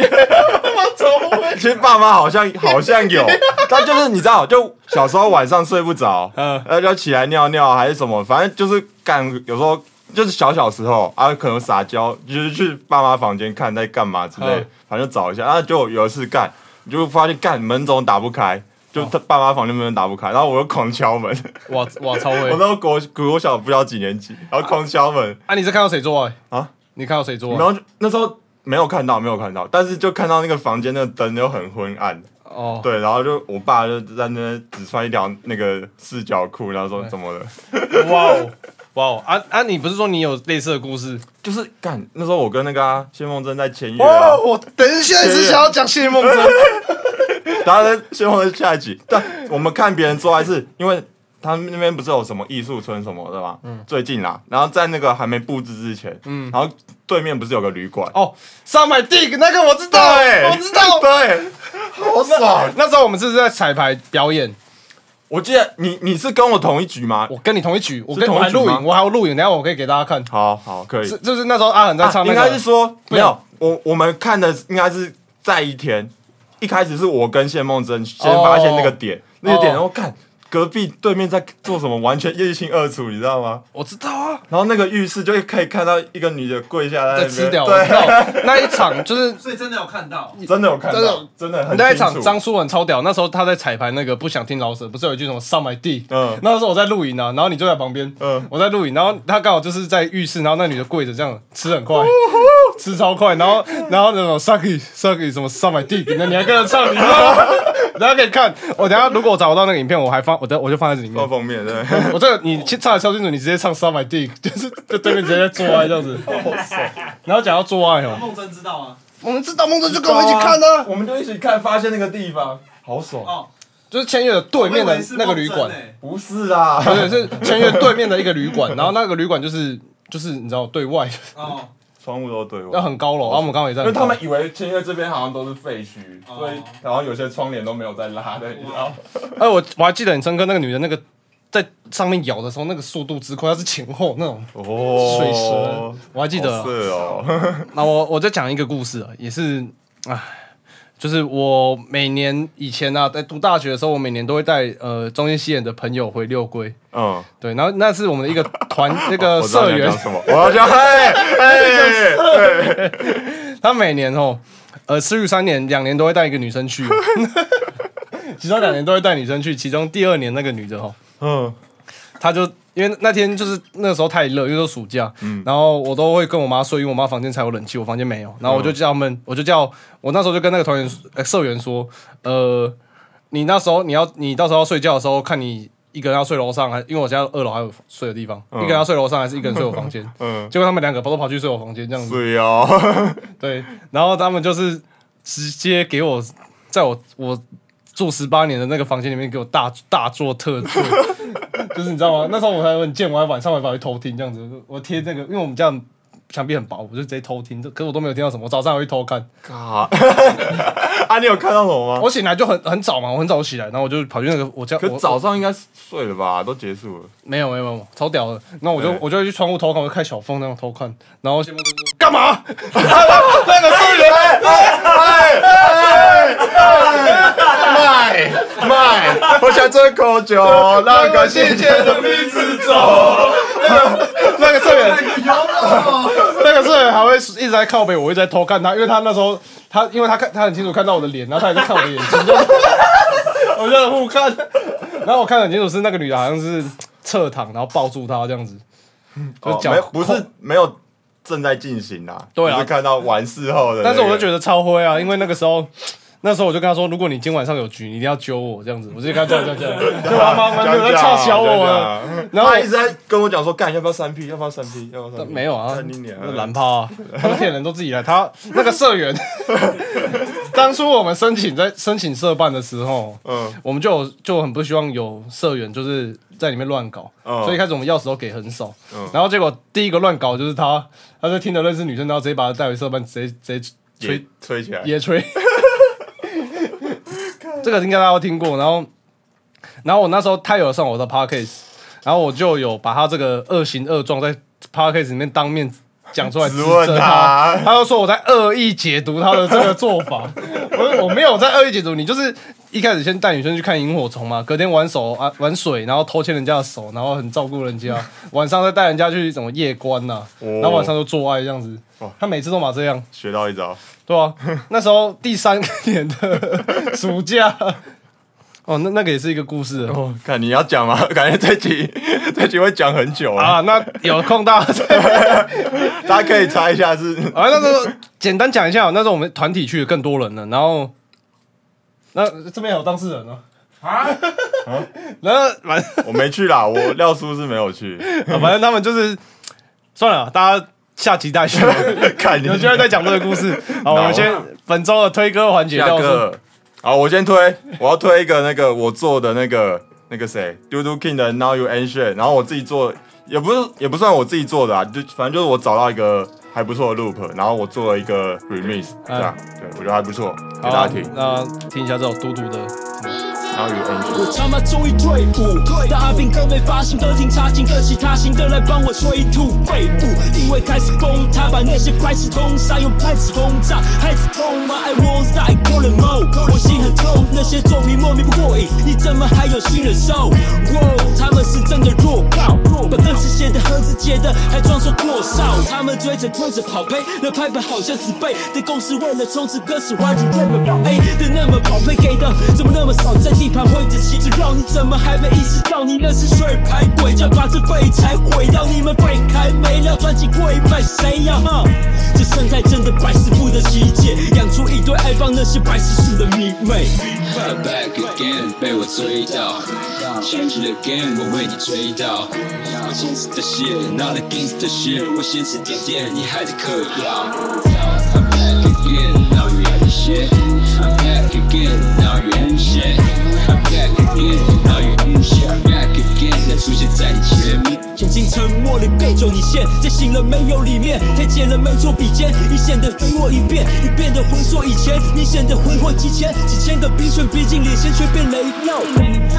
Speaker 1: 其实爸妈好像好像 有，但就是你知道，就小时候晚上睡不着，
Speaker 2: 嗯
Speaker 1: 呃，要起来尿尿还是什么，反正就是干，有时候就是小小时候啊，可能撒娇，就是去爸妈房间看在干嘛之类，
Speaker 2: 嗯
Speaker 1: 反正就找一下，啊，就有一次干，你就发现干门总打不开。
Speaker 2: 嗯
Speaker 1: 就他爸妈房间门打不开，然后我就狂敲门。
Speaker 2: 哇哇超
Speaker 1: 我
Speaker 2: 会。
Speaker 1: 那时候国国小不知道几年级，然后狂敲门，
Speaker 2: 啊，你是看到谁做爱
Speaker 1: 啊？
Speaker 2: 你看到谁做
Speaker 1: 然
Speaker 2: 爱？
Speaker 1: 后就那时候没有看到，没有看到，但是就看到那个房间那个灯就很昏暗，
Speaker 2: 哦，
Speaker 1: 对，然后就我爸就在那边只穿一条那个四角裤，然后说怎么了？
Speaker 2: 哇哦哇哦啊啊！你不是说你有类似的故事？
Speaker 1: 就是干那时候我跟那个啊谢梦真在签约 啊，
Speaker 2: 哦我等一下
Speaker 1: 是想
Speaker 2: 要讲谢梦真，
Speaker 1: 然后在谢梦真下一集，但我们看别人做爱是因为。他们那边不是有什么艺术村什么的吗？最近啦，然后在那个还没布置之前，
Speaker 2: 嗯
Speaker 1: 然后对面不是有个旅馆？
Speaker 2: 哦， 上海 dig 那个我知道，
Speaker 1: 对
Speaker 2: 我知道。
Speaker 1: 对，好爽！
Speaker 2: 那时候我们是在彩排表演，
Speaker 1: 我记得你你是跟我同一局吗？
Speaker 2: 我跟你同一局，我跟
Speaker 1: 同一
Speaker 2: 我还
Speaker 1: 局吗
Speaker 2: 录影，我还有录影，等一下我可以给大家看。
Speaker 1: 好好，可以。
Speaker 2: 是就是那时候阿恒在唱
Speaker 1: 啊
Speaker 2: 那
Speaker 1: 应
Speaker 2: 个，
Speaker 1: 该是说
Speaker 2: 对
Speaker 1: 没有，我我们看的应该是在一天，一开始是我跟谢梦真先发现那个点，那个点，
Speaker 2: 哦
Speaker 1: 然后看隔壁对面在做什么，完全一清二楚，你知道吗？
Speaker 2: 我知道啊，
Speaker 1: 然后那个浴室就可以看到一个女的跪下来
Speaker 2: 在吃掉，我
Speaker 1: 对，
Speaker 2: 知 道 那一场就是
Speaker 4: 所以真的有看到，
Speaker 1: 真的有看
Speaker 2: 真的
Speaker 1: 到
Speaker 2: 有，
Speaker 1: 真 的很
Speaker 2: 那一
Speaker 1: 清
Speaker 2: 场
Speaker 1: 楚
Speaker 2: 张舒文超屌，那时候他在彩排那个不想听老舍，不是有一句什么上 my d
Speaker 1: 嗯
Speaker 2: 那时候我在录影啊，然后你就在旁边，
Speaker 1: 嗯
Speaker 2: 我在录影，然后他刚好就是在浴室，然后那女的跪着这样吃很快，吃超快，然 后然后那种 sucky sucky 什么上 my d 那你还跟着唱，你知道吗？ 大家可以看，我等一下如果我找不到那个影片，我还放，我等我就放在这里面
Speaker 1: 放。封面 对，
Speaker 2: 我这个你去唱的超清楚，你直接唱 Suck My Dick，就是 就对面直接在做爱这样子。然后讲到做爱哦，
Speaker 4: 梦真知道啊，
Speaker 2: 我们知道梦真就跟我们一起看啊
Speaker 1: 的，
Speaker 2: 的，
Speaker 1: 我们就一起看，发现那个地方好爽，
Speaker 4: 哦，
Speaker 2: 就是签约的对面的那个旅
Speaker 4: 我以为
Speaker 2: 馆
Speaker 4: 是梦，真欸
Speaker 1: 不是啦，
Speaker 2: 不是是签约对面的一个旅馆，然后那个旅馆就是就是你知道对外
Speaker 4: 哦，
Speaker 1: 窗户都对
Speaker 2: 要
Speaker 1: 我。
Speaker 2: 很高楼，然后我们刚好也在
Speaker 1: 哦因
Speaker 2: 很
Speaker 1: 为
Speaker 2: 高，
Speaker 1: 他们以为签约这边好像都是废墟，
Speaker 4: 哦
Speaker 1: 所以然后有些窗帘都没有在拉的，你知道吗？
Speaker 2: 哎，我我还记得很深刻，那个女的那个在上面咬的时候，那个速度之快，它是前后那种
Speaker 1: 哦，
Speaker 2: 水蛇，我还记得啊。
Speaker 1: 是哦，
Speaker 2: 那我我再讲一个故事啊，也是，唉，就是我每年以前啊，在读大学的时候，我每年都会带呃中间西演的朋友回六龟，
Speaker 1: 嗯，
Speaker 2: 对，然后那是我们的一个 团那个
Speaker 1: 我知道
Speaker 2: 社
Speaker 1: 你要
Speaker 2: 员
Speaker 1: 讲，什么，我要讲，哎哎，
Speaker 2: 他每年哦，呃，私域三年两年都会带一个女生 去哦，其中两年都会带女生去，其中第二年那个女的哦，
Speaker 1: 嗯，
Speaker 2: 他就因为那天就是那时候太热，因为都暑假，然后我都会跟我妈睡，因为我妈房间才有冷气，我房间没有。然后我就叫他们，我就叫我那时候就跟那个团员、呃、社员说，呃，你那时候你要你到时候要睡觉的时候，看你一个人要睡楼上，还因为我家二楼还有睡的地方，一个人要睡楼上还是一个人睡我房间？
Speaker 1: 嗯
Speaker 2: 结果他们两个都跑去睡我房间这样子，
Speaker 1: 对哦，
Speaker 2: 对，然后他们就是直接给我在我我住十八年的那个房间里面给我大大做特做， 就是你知道吗？那时候我还很贱，我还晚上还跑去偷听这样子，我贴那个，因为我们家墙壁很薄，我就直接偷听，可是我都没有听到什么，我早上还会偷看，
Speaker 1: 嘎，啊，你有看到什么吗？
Speaker 2: 我醒来就很很早嘛，我很早起来，然后我就跑去那个我家，
Speaker 1: 可
Speaker 2: 我
Speaker 1: 早上应该睡了吧，都结束了。
Speaker 2: 没有没有没有，超屌的。那我就
Speaker 1: 对
Speaker 2: 我就去窗户偷看，我就开小缝那种偷看，然后羡慕就说干嘛？ 那个是人
Speaker 1: 卖卖，我想这口酒， 那个谢谢的名字走。
Speaker 2: 那个社员，那个社员还会一直在靠北，我一直在偷看他，因为他那时候他因为他看他很清楚看到我的脸，然后他也在看我的眼睛， 就是我们就在互看，然后我看得很清楚是那个女的好像是侧躺，然后抱住他这样子，就是脚、
Speaker 1: 哦没有，不是没有正在进行啊，
Speaker 2: 对啊
Speaker 1: 只是看到完事后的那个。
Speaker 2: 但是我就觉得超灰啊，因为那个时候，那时候我就跟他说，如果你今晚上有局，你一定要揪我这样子，我就跟他讲讲讲， 对吧？妈妈没有在
Speaker 1: 讲
Speaker 2: 嘲笑我啊。
Speaker 1: 讲 讲
Speaker 2: 然后
Speaker 1: 他一直在跟我讲说，干要不要三 P，要不要三 P，要不要三嗯 P？
Speaker 2: 没有啊
Speaker 1: 干你，娘
Speaker 2: 那蓝趴、啊，他们骗人都自己 来。他那个社员， 当初我们申请在申请社办的时候，
Speaker 1: 嗯
Speaker 2: 我们就有就很不希望有社员就是在里面乱搞，
Speaker 1: 嗯
Speaker 2: 所以一开始我们钥匙都给很少。
Speaker 1: 嗯
Speaker 2: 然后结果第一个乱搞就是他，他就听得认识女生，然后直接把她带回社办，直接直接吹
Speaker 1: 吹吹起来，
Speaker 2: 野炊，这个应该大家都听过。然后，然后我那时候他有上我的 podcast，然后我就有把他这个恶行恶状在 podcast 里面当面讲出来
Speaker 1: 质
Speaker 2: 指
Speaker 1: 问
Speaker 2: 责
Speaker 1: 他
Speaker 2: 他，他就说我在恶意解读他的这个做法。 我说我没有在恶意解读，你就是一开始先带女生去看萤火虫嘛，隔天玩手啊玩水，然后偷牵人家的手，然后很照顾人家，晚上再带人家去什么夜观呐、
Speaker 1: 哦
Speaker 2: 然后晚上就做爱这样子
Speaker 1: 哇。
Speaker 2: 他每次都嘛这样。
Speaker 1: 学到一招。
Speaker 2: 对啊，那时候第三年的暑假， 哦，那那个也是一个故事了
Speaker 1: 哦，看你要讲吗？ 感觉这集这集会讲很久啊，
Speaker 2: 啊。那有空大家 再
Speaker 1: 大家可以猜一下是
Speaker 2: 啊，那时候简单讲一下，那时候我们团体去的更多人了，然后那这边有当事人哦。
Speaker 3: 啊，
Speaker 2: 然后反正
Speaker 1: 我没去啦，我廖叔是没有 去，
Speaker 2: 反正他们就是算了，大家下 集再续。
Speaker 1: 看你
Speaker 2: 有机会再讲这个故事。好，我们先本周的推歌环节
Speaker 1: 啊下
Speaker 2: 到这。
Speaker 1: 个。好，我先推，我要推一个那个我做的那个那个谁嘟嘟 King 的 Now You Ancient，然后我自己做，也不是也不算我自己做的啊，就反正就是我找到一个还不错的 loop，然后我做了一个 remix，这样，对我觉得还不错，给
Speaker 2: 嗯好
Speaker 1: 大家听。
Speaker 2: 那听一下这首嘟嘟的。
Speaker 1: Now You Ancient，
Speaker 6: 我他妈终于退伍，大阿兵哥被发现，都已经插进各其他型的来帮我催吐肺部，因为开始崩塌，把那些开始通杀，用拍子轰炸，孩子痛吗？I won't die, call it more，我心很痛，那些咒迷莫名不过瘾，你怎么还有新忍受？哇，他们是真的弱爆，把歌词写的盒子解的，还装作过少，他们追着追着跑呗，那拍本好像死背，的公司为了充值歌词完全追不了，哎，的那么宝贝给的怎么那么少，在地盘挥着旗帜，让你怎么还没意识到你那是水牌鬼，叫把这废柴毁掉，你们废开没料，专辑贵卖谁呀、哈，这生态真的百思不得其解，养出一堆爱放那些白痴似的迷妹。
Speaker 7: I'm back again，被我追到，Change the game，我为你追到。我坚持的 shit，not against the shit，我先吃点点，你还在嗑药。I'm back again，now you ain't shit。I'm back again，now you ain't shit。I'm back again，now you ain't shit。I'm back again，再出现在你前面。
Speaker 6: 眼睛沉默里被酒你陷，在醒了没有里面，太浅了没错笔尖，你显得飞我一遍，你变得回缩以前，你显得挥霍几千几千个冰拳逼近脸先却变雷闹，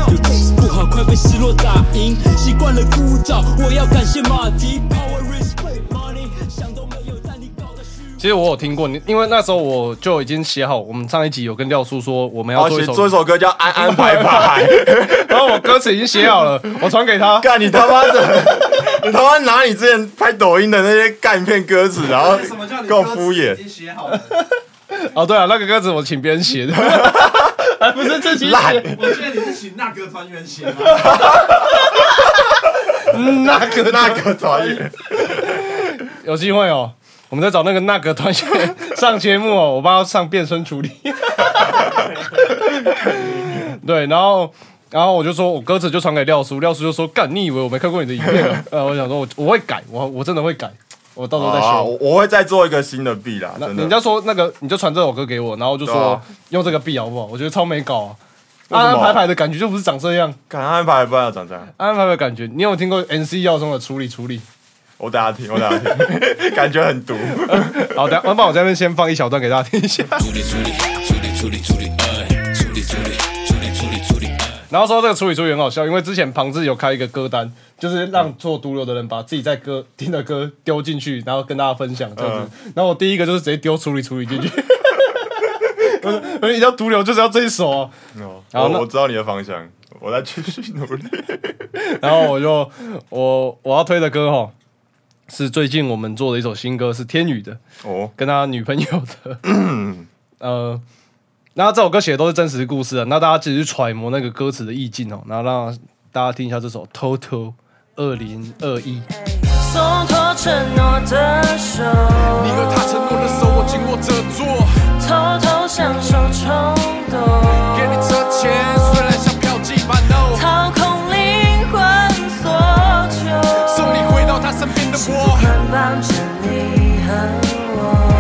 Speaker 6: 有 taste 不好快被失落打赢，习惯了枯燥，我要感谢马迪 power respect money，想都没有但你搞的虚
Speaker 2: 其实我有听过你，因为那时候我就已经写好，我们上一集有跟廖叔说我们
Speaker 1: 然
Speaker 2: 要
Speaker 1: 后
Speaker 2: 做一
Speaker 1: 写
Speaker 2: 首，
Speaker 1: 做一首歌叫《安安排排》，
Speaker 2: 然后我歌词已经写好 了，我传给他。
Speaker 1: 干你他妈的！你他妈拿你之前拍抖音的那些干片歌词，然后
Speaker 4: 为什么叫你
Speaker 1: 够
Speaker 4: 歌词
Speaker 1: 敷衍
Speaker 4: 已，经写好了，
Speaker 2: 哦，对啊，那个歌词我请别人写的，还 不是自 己
Speaker 1: 烂
Speaker 2: 写。
Speaker 4: 我记得你是请那个团员写的。
Speaker 2: 那个
Speaker 1: 那个团员。
Speaker 2: 有机会哦，我们再找那个那个团员上节目哦，我帮他上变身处 理。对，然后。然后我就说，我歌词就传给廖叔，廖叔就说：“干，你以为我没看过你的影片啊？” 呃，我想说我，我会改，我我真的会改，我到时候再
Speaker 1: 啊
Speaker 2: 修。
Speaker 1: 我我会再做一个新的币啦，
Speaker 2: 那
Speaker 1: 真
Speaker 2: 人
Speaker 1: 的。
Speaker 2: 家说那个，你就传这首歌给我，然后我就
Speaker 1: 对
Speaker 2: 说
Speaker 1: 啊
Speaker 2: 用这个 B 好不好？我觉得超没搞
Speaker 1: 为
Speaker 2: 啊，
Speaker 1: 什
Speaker 2: 安
Speaker 1: 么
Speaker 2: 安排排的感觉就不是长这样，
Speaker 1: 敢安排不然要长这样，
Speaker 2: 安安排排的感觉，你有听过 N C 耀中的处理处理？
Speaker 1: 我等下听，我等下听，感觉很毒。
Speaker 2: 好，等下，那帮我这边先放一小段给大家听一下。 然后说到这个处理处理很好笑，因为之前庞志有开一个歌单，就是让做毒瘤的人把自己在歌听的歌丢进去，然后跟大家分享这样子。然后我第一个就是直接丢处理处理进去， 我说我说你要毒瘤就是要这一首、啊，
Speaker 1: 哦
Speaker 2: 好那
Speaker 1: 我我知道你的方向，我在继续努力。
Speaker 2: 然后我就我我要推的歌哈，是最近我们做的一首新歌，是天宇的，
Speaker 1: 哦，
Speaker 2: 跟他女朋友的，呃，那这首歌写的都是真实故事啊，那大家自己去揣摩那个歌词的意境哦，然后让大家听一下这首《偷偷二零二一》。
Speaker 8: 松脱承诺的手，
Speaker 9: 你和他承诺的手，我紧握着做，
Speaker 8: 偷偷享受冲动，
Speaker 9: 给你车钱，虽然像嫖妓吧 ，no，
Speaker 8: 掏空灵魂所求，
Speaker 9: 送你回到他身边的我。
Speaker 8: 捆绑着你和我。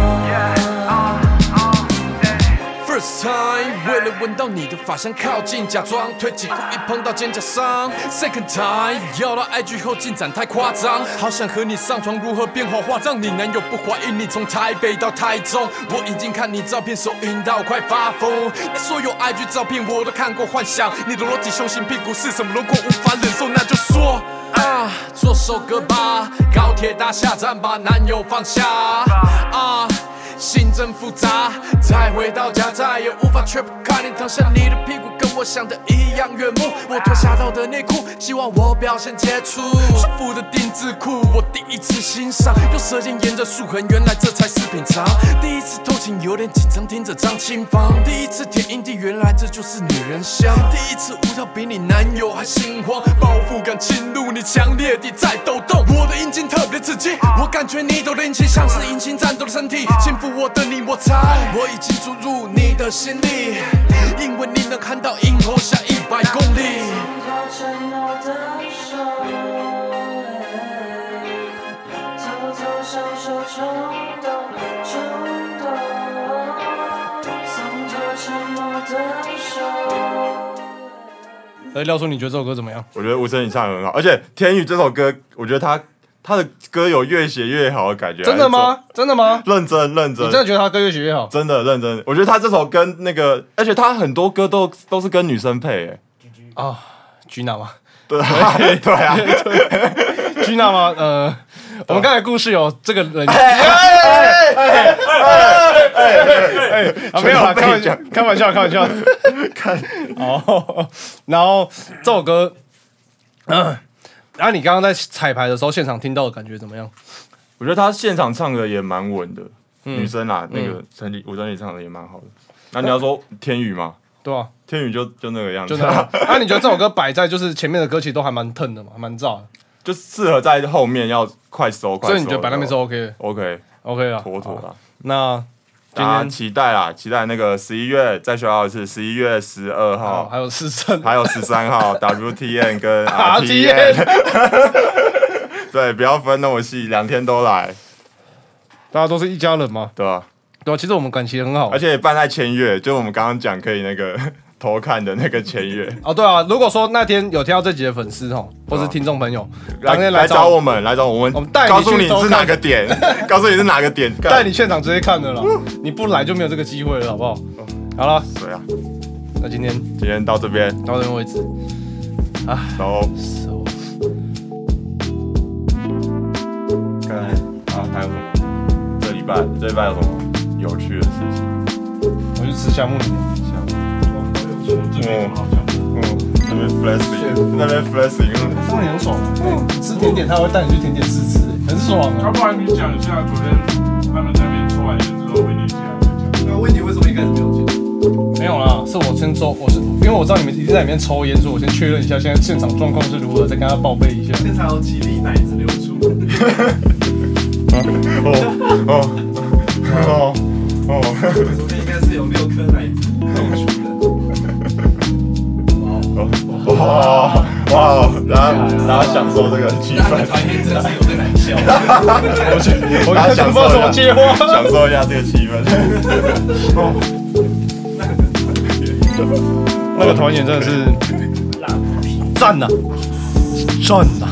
Speaker 9: First time，为了闻到你的发香靠近，假装推挤，故意碰到肩胛上。Second time，要到 IG 后进展太夸张，好想和你上床，如何变化化，让你男友不怀疑你从台北到台中。我已经看你照片，手淫到快发疯。你所有 IG 照片我都看过，幻想你的裸体、胸型、屁股是什么？如果无法忍受，那就说。啊，做首歌吧，高铁搭下站把男友放下。啊。心真复杂，再回到家再也无法却步。看你躺下，你的屁股跟我想的一样悦目。我脱下到的内裤，希望我表现杰出。舒服的丁字裤，我第一次欣赏。用舌尖沿着竖痕，原来这才是品尝。第一次偷情有点紧张，听着张清芳。第一次舔阴蒂，原来这就是女人香。第一次无套比你男友还心慌，报复感侵入你强烈地在抖动。我的阴茎特别刺激，我感觉你的灵气像是引擎战斗的身体，轻抚我的你，我猜我已经注入你的心里，因为你能看到萤火下一百公里。
Speaker 8: 松脱承诺的手，偷偷享受冲动，冲动。松脱承诺的手。
Speaker 2: 哎，廖叔，你觉得这首歌怎么样？
Speaker 1: 我觉得无声你唱得很好，而且《天宇》这首歌，我觉得他他的歌有越写越好的感觉。啊
Speaker 2: 真的？吗？真的吗？
Speaker 1: 认真认
Speaker 2: 你
Speaker 1: 真，
Speaker 2: 真的觉得他歌越写越好？
Speaker 1: 真的认真。我觉得他这首跟那个，而且他很多歌都都是跟女生配，哎，
Speaker 2: 居娜吗？
Speaker 1: 对啊 对 啊，
Speaker 2: 居娜吗？呃，我们刚才故事有这个人，啊，没有啦，
Speaker 1: 全都被
Speaker 2: 开玩笑
Speaker 1: 讲，
Speaker 2: 开玩笑，开玩笑。看哦，然后这首歌，嗯，然后你刚刚在彩排的时候，现场听到的感觉怎么样？
Speaker 1: 我觉得他现场唱的也蛮稳的，
Speaker 2: 嗯
Speaker 1: 女生啦，那个陈丽，吴真理唱的也蛮好的。那你要说天宇吗？
Speaker 2: 对吧、
Speaker 1: 天宇就就那个样
Speaker 2: 就
Speaker 1: 子，
Speaker 2: 那样。那、你觉得这首歌摆在就是前面的歌其实都还蛮疼的嘛，还蛮炸的，
Speaker 1: 就适合在后面要快收快收，
Speaker 2: 所以你觉得摆那边是 OK 的
Speaker 1: OK
Speaker 2: ，OK 了，
Speaker 1: 妥妥啦。
Speaker 2: 那今
Speaker 1: 大家
Speaker 2: 天
Speaker 1: 期待啦，期待那个十一月再学到一次，十一月十二
Speaker 2: 哦，
Speaker 1: 号
Speaker 2: 还有四声，
Speaker 1: 还有十三 号 WTN 跟
Speaker 2: RTN
Speaker 1: RTN，对，不要分那么细，两天都来，
Speaker 2: 大家都是一家人嘛，
Speaker 1: 对吧？
Speaker 2: 对吧、其实我们感情很好，
Speaker 1: 而且也办在签月，就我们刚刚讲可以那个 偷看的那个签月，
Speaker 2: 哦，对啊，如果说那天有听到这集的粉丝吼，或是听众朋友， 当天
Speaker 1: 来
Speaker 2: 找
Speaker 1: 找我们，来找我们，
Speaker 2: 我们带你
Speaker 1: 告诉你
Speaker 2: 去偷看
Speaker 1: 是哪个点， 告诉你是哪个点，
Speaker 2: 带你现场直接看的了，你不来就没有这个机会了，好不好？好了，
Speaker 1: 对啊，
Speaker 2: 那今天
Speaker 1: 今天到这边，
Speaker 2: 到这边为止。
Speaker 1: 然后看来啊还有什么？这礼拜这礼拜有什么有趣的事情？
Speaker 2: 我去吃夏目里，
Speaker 1: 像嗯，这边 flashing，那边 flashing。
Speaker 2: 夏目里很爽，吃甜点他会带你去甜点试吃，很爽啊。
Speaker 10: 不然你讲一下昨天他们那边抽完烟之后，维尼进来就讲。
Speaker 4: 那问你为什么一开始没有进？
Speaker 2: 没有啦，是我先抽，我是因为我知道你们一直在里面抽烟，所以我先确认一下现在现场状况是如何，再跟他报备一下。
Speaker 4: 现场有几粒奶子流出。
Speaker 1: 哦哦哦哦
Speaker 4: 昨天应该是有六颗奶子流出的。
Speaker 1: 哇哇！大家大家享受这个气氛，
Speaker 4: 团员真的是有在难笑。
Speaker 2: 我
Speaker 1: 大家
Speaker 2: 刚才
Speaker 1: 享
Speaker 2: 不知道怎么
Speaker 1: 受一
Speaker 2: 接
Speaker 1: 下，
Speaker 2: 话。
Speaker 1: 享受一下这个气氛。哦，
Speaker 2: 那个团员真的是赞呐，赞呐。